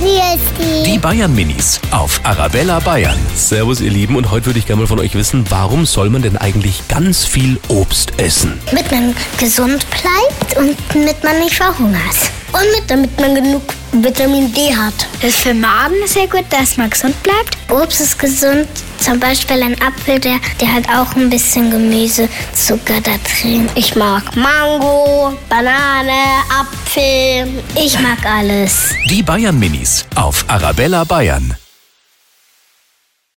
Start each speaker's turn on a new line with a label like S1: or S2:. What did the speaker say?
S1: Christi.
S2: Die Bayern Minis auf Arabella Bayern.
S3: Servus, ihr Lieben, und heute würde ich gerne mal von euch wissen, warum soll man denn eigentlich ganz viel Obst essen?
S1: Damit man gesund bleibt und damit man nicht verhungert. Und mit, damit man genug Vitamin D hat.
S4: Das ist für Maden sehr gut, dass man gesund bleibt.
S1: Obst ist gesund, zum Beispiel ein Apfel, der, der hat auch ein bisschen Gemüsezucker da drin. Ich mag Mango, Banane, Apfel. Ich mag alles.
S2: Die Bayern Minis auf Arabella Bayern.